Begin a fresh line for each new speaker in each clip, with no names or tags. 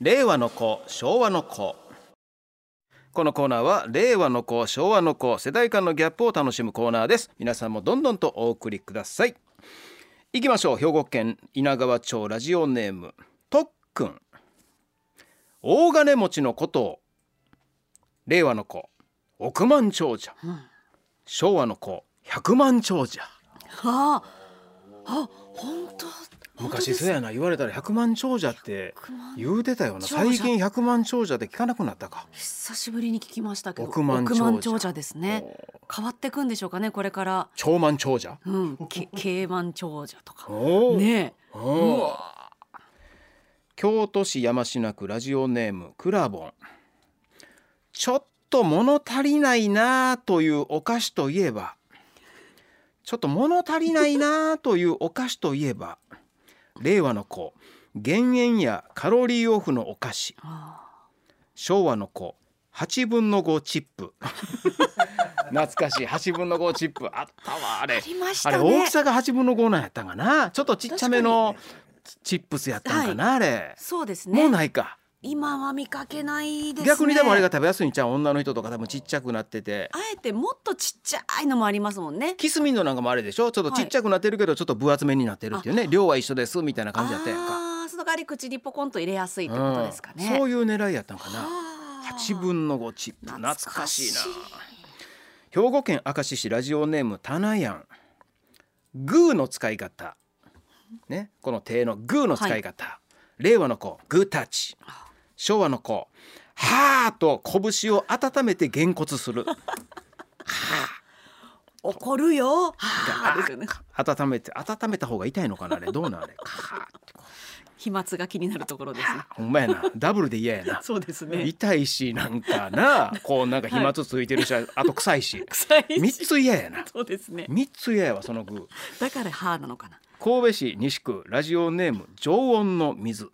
令和の子昭和の子このコーナーは令和の子昭和の子世代間のギャップを楽しむコーナーです皆さんもどんどんとお送りください行きましょう兵庫県稲川町ラジオネームとっくん大金持ちのことを令和の子億万長者、
ん
昭和の子百万長者
ああ、あ、本当。
昔そうやな言われたら百万長者って言うてたよな
百万長
最
者
近百万長者って聞かなくなったか
久しぶりに聞きましたけど。
億万長者
長者ですね。変わっていくんでしょうかね、これから。
長万長者
うん、 け、軽万長者とか。
おー
ね
お
え。
ー
うわ
京都市山科区ラジオネームくらぼんちょっと物足りないなあというお菓子といえばちょっと物足りないなあというお菓子といえば令和の子減塩やカロリーオフのお菓子
あ
昭和の子8分の5チップ 懐かしい8分の5チップあったわあれ
ありまし
あれ
た
大
ね
き。さが8分の5なんやったんかなちょっとちっちゃめのチップスやったんかな、あれ
そうです
もう
ね。
ないか
今は見かけないですね。
逆にでもあれが。食べやすいんちゃう女の人とか多分ちっちゃくなってて
あえてもっとちっちゃいのもありますもんね。
キスミンドなんかもあれでしょちょっとちっちゃくなってるけどちょっと分厚めになってるっていうね量は一緒ですみたいな感じやったやんか
ああ、その代わり口にポコンと入れやすいってことですかね。
うんそういう狙いやったんかな
はあ
8分の5チップ懐かしいな
懐か
兵庫県明石市ラジオネームタナヤングーの使い方ねこの手のグーの使い方、令和の子グータッチ昭和の子はーと拳を温めてげんこつするは
怒るよ。はあですよね。
ー温めて温めた方が痛いのかなあれどうなんあれはーってこう
飛沫が気になるところです ね。
ほんまやなダブルで嫌やな
そうです。
痛いしなんかなこうなんか飛沫ついてるし、あと臭いし
臭い
3つ嫌やな
そうですね。
3つ嫌やわそのグー
だから歯なのかな。
神戸市西区ラジオネーム常温の水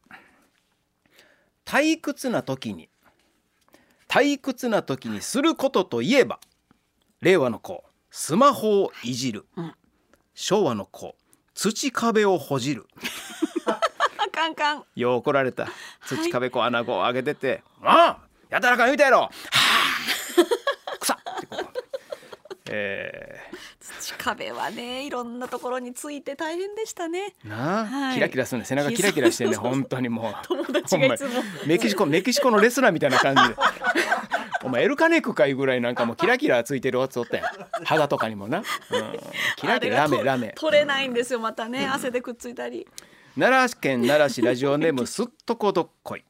退屈な時に退屈な時にすることといえば令和の子スマホをいじる、
うん
昭和の子土壁をほじる
あかんかん。
よう怒られた土壁こう穴子を上げてて「ああやたらかん言うたやろ!」はあくさっってこう。え
土壁はね、いろんなところについて大変でしたね。
ー、なあ、
はい
キラキラするね背中キラキラしてんね
そうそうそう
本当にもう
友達がいつも。
メキシコメキシコのレスラーみたいな感 じでお前エルカネクかいうぐらいなんかもうキラキラついてるやつおったやん肌とかにもな、うん、キラキララ
あれが
メ
と
ラメ
取れないんですよ。またね、汗でくっついたり。
奈良県奈良市ラジオネームすっとこどっこい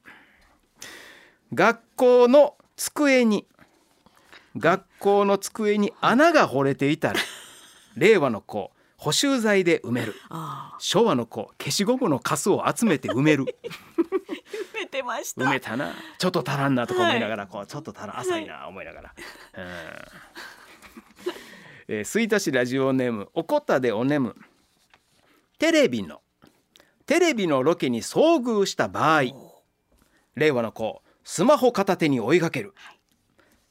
学校の机に学校の机に穴が掘れていたら令和の子補修剤で埋める
ああ、
昭和の子消しゴムのカスを集めて埋める
埋めてました。
埋めたなちょっと足らんなとか思いながらこうちょっと足らん浅いな思いながら、うんえー、吹田市ラジオネームおこたでおねむテレビのテレビのロケに遭遇した場合令和の子スマホ片手に追いかける、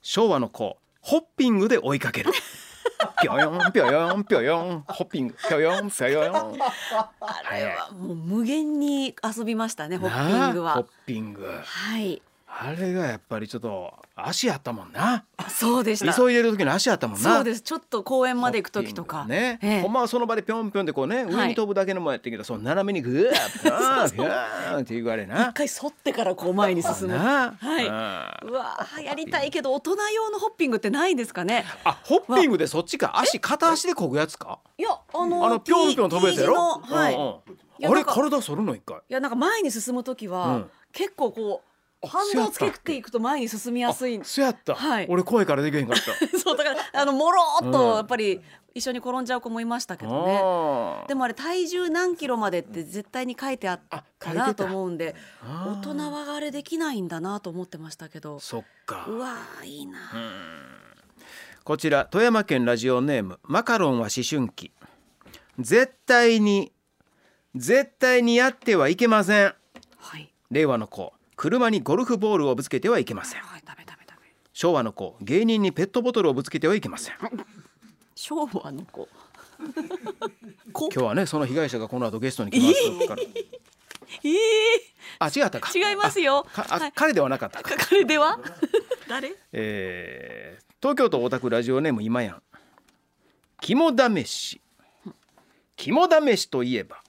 昭和の子ホッピングで追いかけるぴょよんぴょよんぴょよんホッピングぴょよんぴょ よん
あれはもう無限に遊びましたね。ホッピング
なあホ
は
ッ。ピング
はい。
あれがやっぱりちょっと足やったもんな
そうでした。
急いでる時の足やったもんな
そうです。ちょっと公園まで行く時と
ホ
か。
ッピングね、
ええ
ほんまはその場でぴょんぴょんってこうね
い
上に飛ぶだけのもんやってんけど、その斜めにグーッピョーンピョーンって言われな
一回反ってからこう前に進む。
なあ、
はい
あ
うわーやりたいけど大人用のホッピングってないんですかね
あホッピングでそっちか足片足でこぐやつか
いやあ
あ
の
のぴょんぴょん飛ぶやつやろ、
T 字のはい、い
うん
いや
うんあ
な
れ
んか
体反るの一回
やなんか前に進む時は、
うん
結構こう
あ
反動をつけていくと前に進みやすい
あそうやった、
はい
俺声からできへんか った、
そうだからあのもろーっ
うん
とやっぱり一緒に転んじゃう子もいましたけどね、
あー
でもあれ体重何キロまでって絶対に書いてあったかなと思うんで
あー
大人はあれできないんだなと思ってましたけど
そっか
うわーいいな、
こちら富山県ラジオネームマカロンは思春期絶対に絶対にやってはいけません
はい
令和の子車にゴルフボールをぶつけてはいけません
はいダメダメダメ
昭和の子芸人にペットボトルをぶつけてはいけません今
昭和の子こ
日はねその被害者がこの後ゲストに来ますから
えー
あ違ったか
違いますよ
あかあ
はい
彼ではなかったか、
かかれでは 誰
えー東京都大田区ラジオネーム今やん肝試し肝試しといえば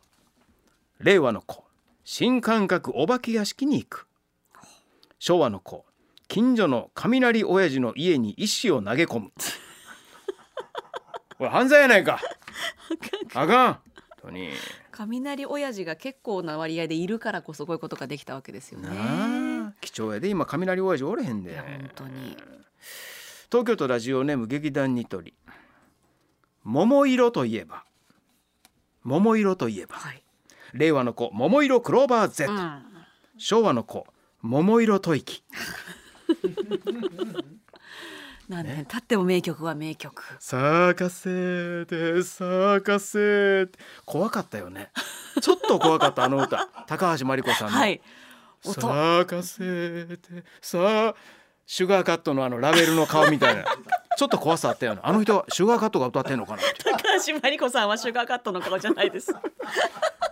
令和の子新感覚お化け屋敷に行く昭和の子近所の雷親父の家に石を投げ込む これ犯罪やないかあかん本当に
雷親父が結構な割合でいるからこそこういうことができたわけですよね
なあ貴重やで今雷親父おれへん
い
で
や本当に
東京都ラジオネーム劇団ニトリ桃色といえば桃色といえば
はい、
令和の子桃色クローバー Z、
うん、
昭和の子桃色吐息
何年経っても名曲は名曲
咲かせて咲かせて怖かったよねちょっと怖かったあの 歌高橋真理子さんの、
はい音
咲かせてさシュガーカットのあのラベルの顔みた いなちょっと怖さあったよねあの人はシュガーカットが歌ってんのかなって
高橋真理子さんはシュガーカットの顔じゃない です。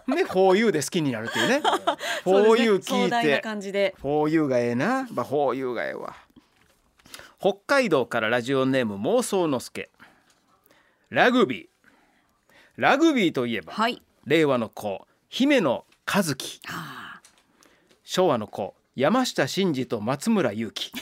で「For You」で好きになるっていうね「
そう
For
です
You」
ね
聞
壮
い
大な
て
感じで
「For You」がええな「まあ、For You」がええわ北海道からラジオネーム妄想のすけラグビーラグビーといえば、
はい。
令和の子姫野和樹
あ
昭和の子山下真司と松村雄樹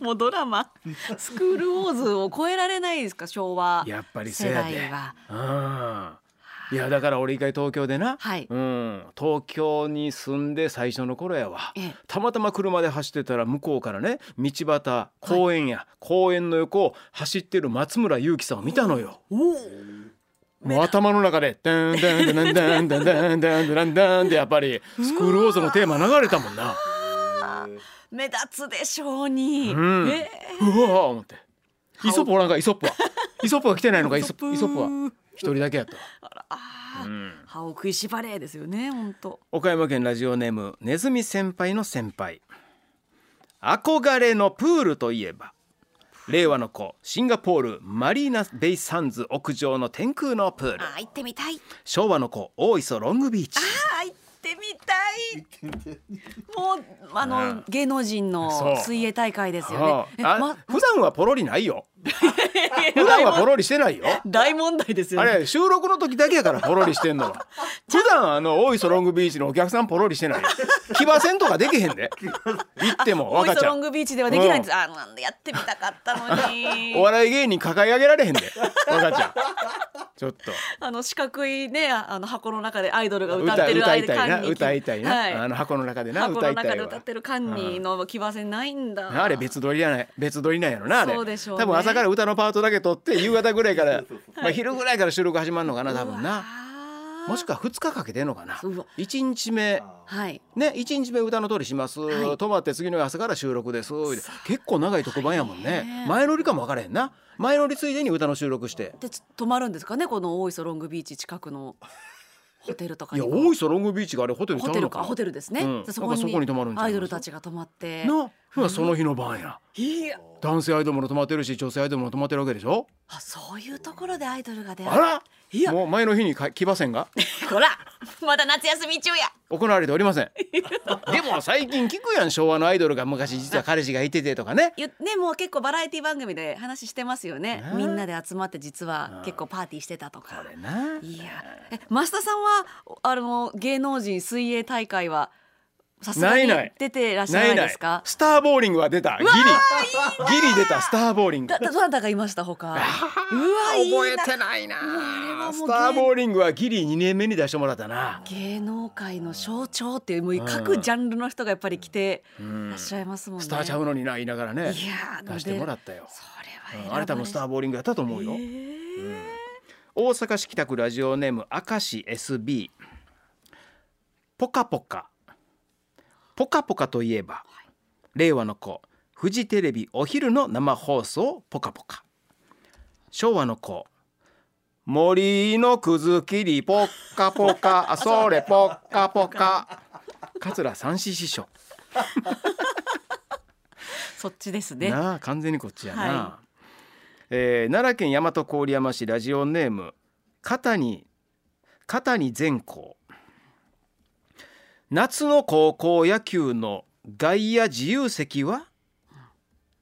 ーもうドラマ「 スクールウォーズ」を超えられないですか昭和
やっぱりせ
世
やで
代は。
うんいやだから俺一回東京でな、
はい
うん、東京に住んで最初の頃やわ
ええ
たまたま車で走ってたら向こうからね道端公園や、公園の横を走ってる松村雄樹さんを見たのよ。もう頭の中で「ダンダンダンダンダンダンダンダンダン」ってやっぱり「スクールウォーズ」のテーマ流れたもんな。
目立つでしょうに。
うん
え
うわー思ってイソップおらんかイソップはイソップは来てないのかイソップイソップは一人だけやったわ
あー
うん
歯を食いしばれですよね本当。
岡山県ラジオネームネズミ先輩の先輩憧れのプールといえば令和の子シンガポールマリーナベイサンズ屋上の天空のプール
あー行ってみたい。
昭和の子大磯ロングビーチ
あー行ってみたい。もうあ
う
の
ん
芸能人
そう
の水泳大会ですよ
あ
ね。え
あ
ま
普段はポロリない よ普段はポロリしてないよ
大問題ですよ
あ
ね。
れ収録の時だけやからポロリしてんの は普段あの大磯ロングビーチのお客さんポロリしてないよ騎馬戦とかできへんで行っても
大
若
磯
ちゃ
ロ
ん
ングビーチではできないんです。あなんでやってみたかったのに
お。笑い芸人抱え上げられへんで若ちゃんちょっと
あの四角いねああの箱の中でアイドルが歌っ
歌
てる
歌い
間
たいな
缶に
歌いたいな、
はい
あの箱の中でな
箱
歌
の
いた
中
い
で
わ
歌ってるカンニの騎馬戦ないんだ。
あれ別撮りやない別撮りなんやろなあれ
そうでしょうね
多分朝から歌のパートだけ撮って夕方ぐらい から、まあ、昼ぐらいから収録始まるのかな多分なもしく
は
は2日かけてんのかな
うわ
1日目
はい。
ね、一日目歌の通りします、
はい
泊まって次の朝から収録です結構長い特番やもんね、
大変
前乗りかも分からへんな前乗りついでに歌の収録して
でつ泊まるんですかねこの大磯ロングビーチ近くのホテルとか
い
に
や
は。
大磯ロングビーチがあれホテルちゃ
ホ
う
テ
の
ル
か
かホテルですね。
うん
で
なんかそこに泊まるんちゃうの
アイドルたちが泊まって。
なほなその日の晩や
いや
男性アイドルも泊まってるし女性アイドルも泊まってるわけでしょ
あそういうところでアイドルが出会う。
あら
いや
もう前の日にか騎馬戦が
こら まだ夏休み中や。
行われておりません でも最近聞くやん昭和のアイドルが昔実は彼氏がいててとかね
ゆねもう結構バラエティ番組で話してますよね
ね
みんなで集まって実は結構パーティーしてたと
こ
か
れない
やえ増田さんはおあの芸能人水泳大会はさすがに
ないない
出てらっしゃ
な
ら
い
ない
な
で
い
すか
スターボーリングは出たギリギリ出たスターボーリング
だだどなたがいまし た他うわいいな
覚えてないな
はもう
スターボーリングはギリ2年目に出してもらったな、
芸能界の象徴っていうもう
うん
各ジャンルの人がやっぱり来て
うん
らっしゃいますもんね、
スターちゃうのにな言いながらね
いやー
出してもらったよ、
それ
う
は選ば
んあなたもスターボーリングやったと思うよ、
えー
大阪市北区ラジオネーム明石 SB ポカポカポカポカといえば令和の子フジテレビお昼の生放送ポカポカ昭和の子森のくずきりポッカポカあそれポッカポカ桂三枝師匠
そっちですね
なあ完全にこっちやな、
は
えー奈良県大和郡山市ラジオネーム片に片に善光夏の高校野球の外野自由席は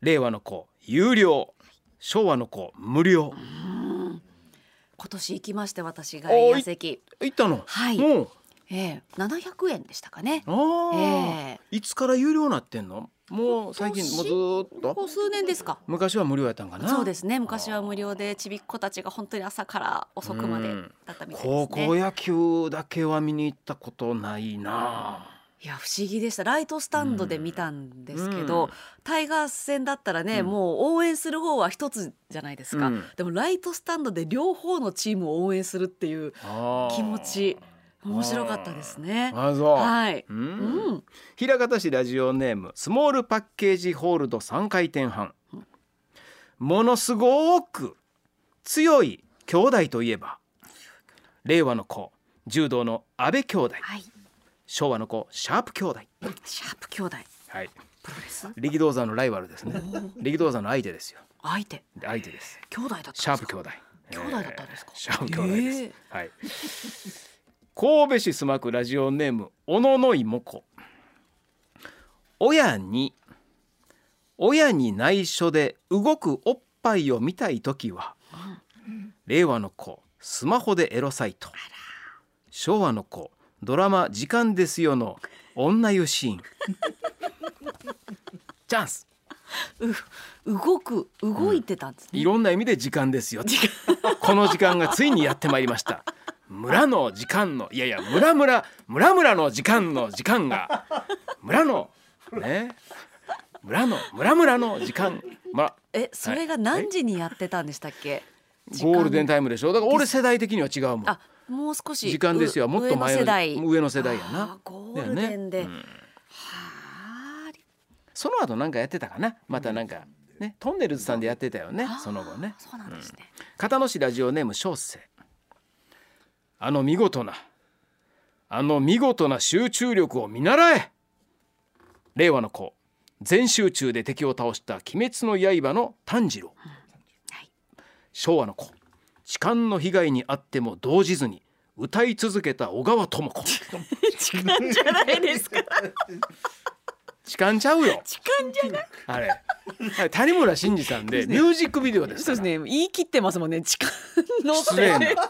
令和の子有料昭和の子無料
今年行きまして私外野席
行ったの
はい
もう
ええ700円でしたかね
ああ、
え
いつから有料になってんのもう最近もうずーっ
ことこ数年ですか
昔は無料やったんかな
そうですね昔は無料でちびっ子たちが本当に朝から遅くまでだったみたいです
高
ね
校野球だけは見に行ったことないない
や不思議でしたライトスタンドで見たんですけど、
うん
タイガース戦だったらね、
うん
もう応援する方は一つじゃないですか、
うん
でもライトスタンドで両方のチームを応援するっていう
あー
気持ち面白かったですね
あそう、
はい、
う
うんん、
平方市ラジオネームスモールパッケージホールド3回転半ものすごく強い兄弟といえば令和の子柔道の阿部兄弟
はい
昭和の子シャープ兄弟
シャープ兄弟
はい
プロレス
力道山のライバルですね力道山の相手ですよ
相手
相手です
兄弟だったんですか
シャープ兄弟
兄弟だったんですか
シャープ兄弟です、
ええ
はい神戸市須磨区ラジオネーム小野のいもこ親に親に内緒で動くおっぱいを見たいときは、令和の子スマホでエロサイト昭和の子ドラマ時間ですよの女湯シーンチャンス
う動く動いてたんですね、
いろんな意味で時間ですよ。 この時間がついにやってまいりました。村の時間のいやいや村村村村の時間の時間が村のね村の村村の時間まあ
えそれが何時にやってたんでしたっけ、時間
ゴールデンタイムでしょ。だから俺世代的には違うもん。
あもう少し
時間ですよ。
う
もっと前
上の世代
上の世代やな
あ。ーゴールデンで、
だよねうん
はあ
その後なんかやってたかな。またなんかねトンネルズさんでやってたよね
あー。
その後ね。
そうなんですね、
片野市ラジオネーム小生あの見事なあの見事な集中力を見習え令和の子全集中で敵を倒した「鬼滅の刃」の炭治郎
はい
昭和の子痴漢の被害に遭っても動じずに歌い続けた小川智子
痴漢じゃないです か
痴漢ちゃうよ
痴漢じゃない
あれあれ谷村新司さん でミュージックビデオです
そう
か
です
ら
ね言い切ってますもんね痴漢の
失 礼な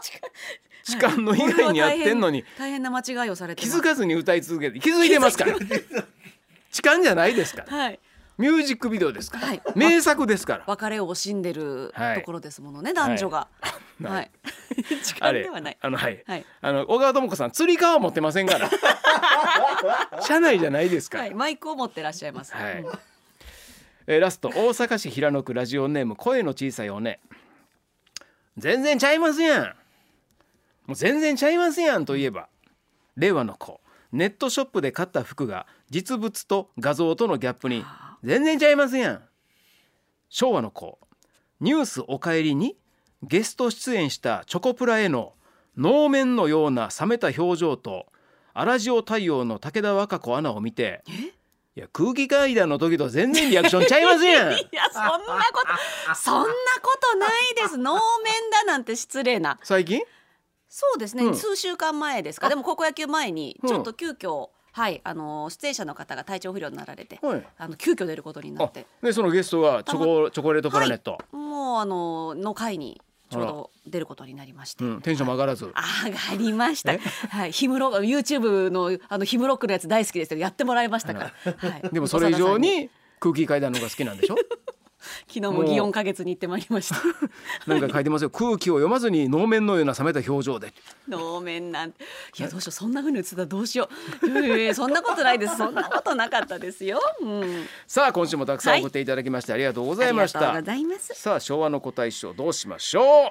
痴漢の被害に遭ってんのに
大変な間違いをされて
気
ます
づかずに歌い続けて気づいてますから痴漢じゃないですから
はい
ミュージックビデオですから、
はい
名作ですから
別れを惜しんでる
はい
ところですものね、男女がはい、
は
痴
あ
漢
れ
ではない
あのはい、
はい
あの小川智子さん釣り革持ってませんから車内じゃないですから
は
はいい、
マイクを持ってらっしゃいます、うん
えーラスト大阪市平野区ラジオネーム声の小さいおね全然ちゃいますやんもう全然ちゃいますやんといえば令和の子ネットショップで買った服が実物と画像とのギャップに全然ちゃいますやん昭和の子ニュースおかえりにゲスト出演したチョコプラへの能面のような冷めた表情と荒塩対応の武田和歌子アナを見ていや空気階段の時と全然リアクションちゃいます やん
いやそんな ことそんなことないです能面だなんて失礼な
最近
そうですね、
うん
数週間前ですかでも高校野球前に
うん
ちょっと急遽、はいあの出演者の方が体調不良になられて、
はい
あの急遽出ることにな
あ
って
でそのゲストがチョコチョコレートプラネット、
もうあのの会にちょうど出ることになりまして、
うん、テンションも上がらず
上がりました。はい、ヒムロ YouTube のあのヒムロックのやつ大好きですけどやってもらいましたから。はい、
でもそれ以上
長田
に空気階段の方が好きなん でしょ
さんに昨日も祇園花月に行ってまいりました。
なんか書いてますよ空気を読まずに能面のような冷めた表情で
能面なんていやどうしようそんな風に映ってたらどうしよう。いやいやいやそんなことないです。そんなことなかったですよ。うん。
さあ今週もたくさん送っていただきましてありがとうございまし
ありが
た、
とうございます。
さあ昭和の子大賞どうしましょう
もう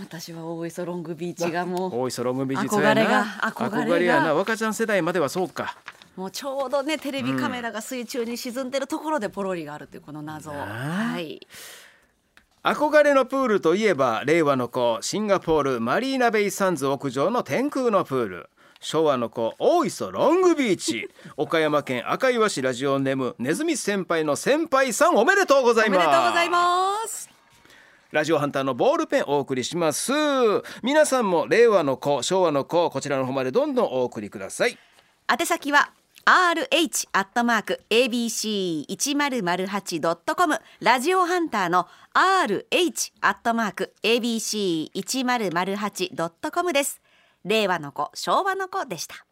私は大磯ロングビーチがも
大磯ロング美術やな
憧れが
憧
憧
れ
れが
やな若ちゃん世代まではそうか
うもうちょうどねテレビカメラが水中に沈んでるところでポロリがあるというこの謎。はい。
憧れのプールといえば令和の子シンガポールマリーナベイサンズ屋上の天空のプール昭和の子大磯ロングビー チ岡山県赤岩市ラジオネームネズミ先輩の先輩さんおめでとうござい
お
ま
め
す
でとうございます。
ラジオハンターのボールペンお送りします皆さんも令和の子昭和の子こちらの方までどんどんお送りください
宛先は rh アットマーク abc 一ゼロゼ八ドットコムラジオハンターの rh アットマーク abc 一ゼロゼ八ドットコムです。令和の子、昭和の子でした。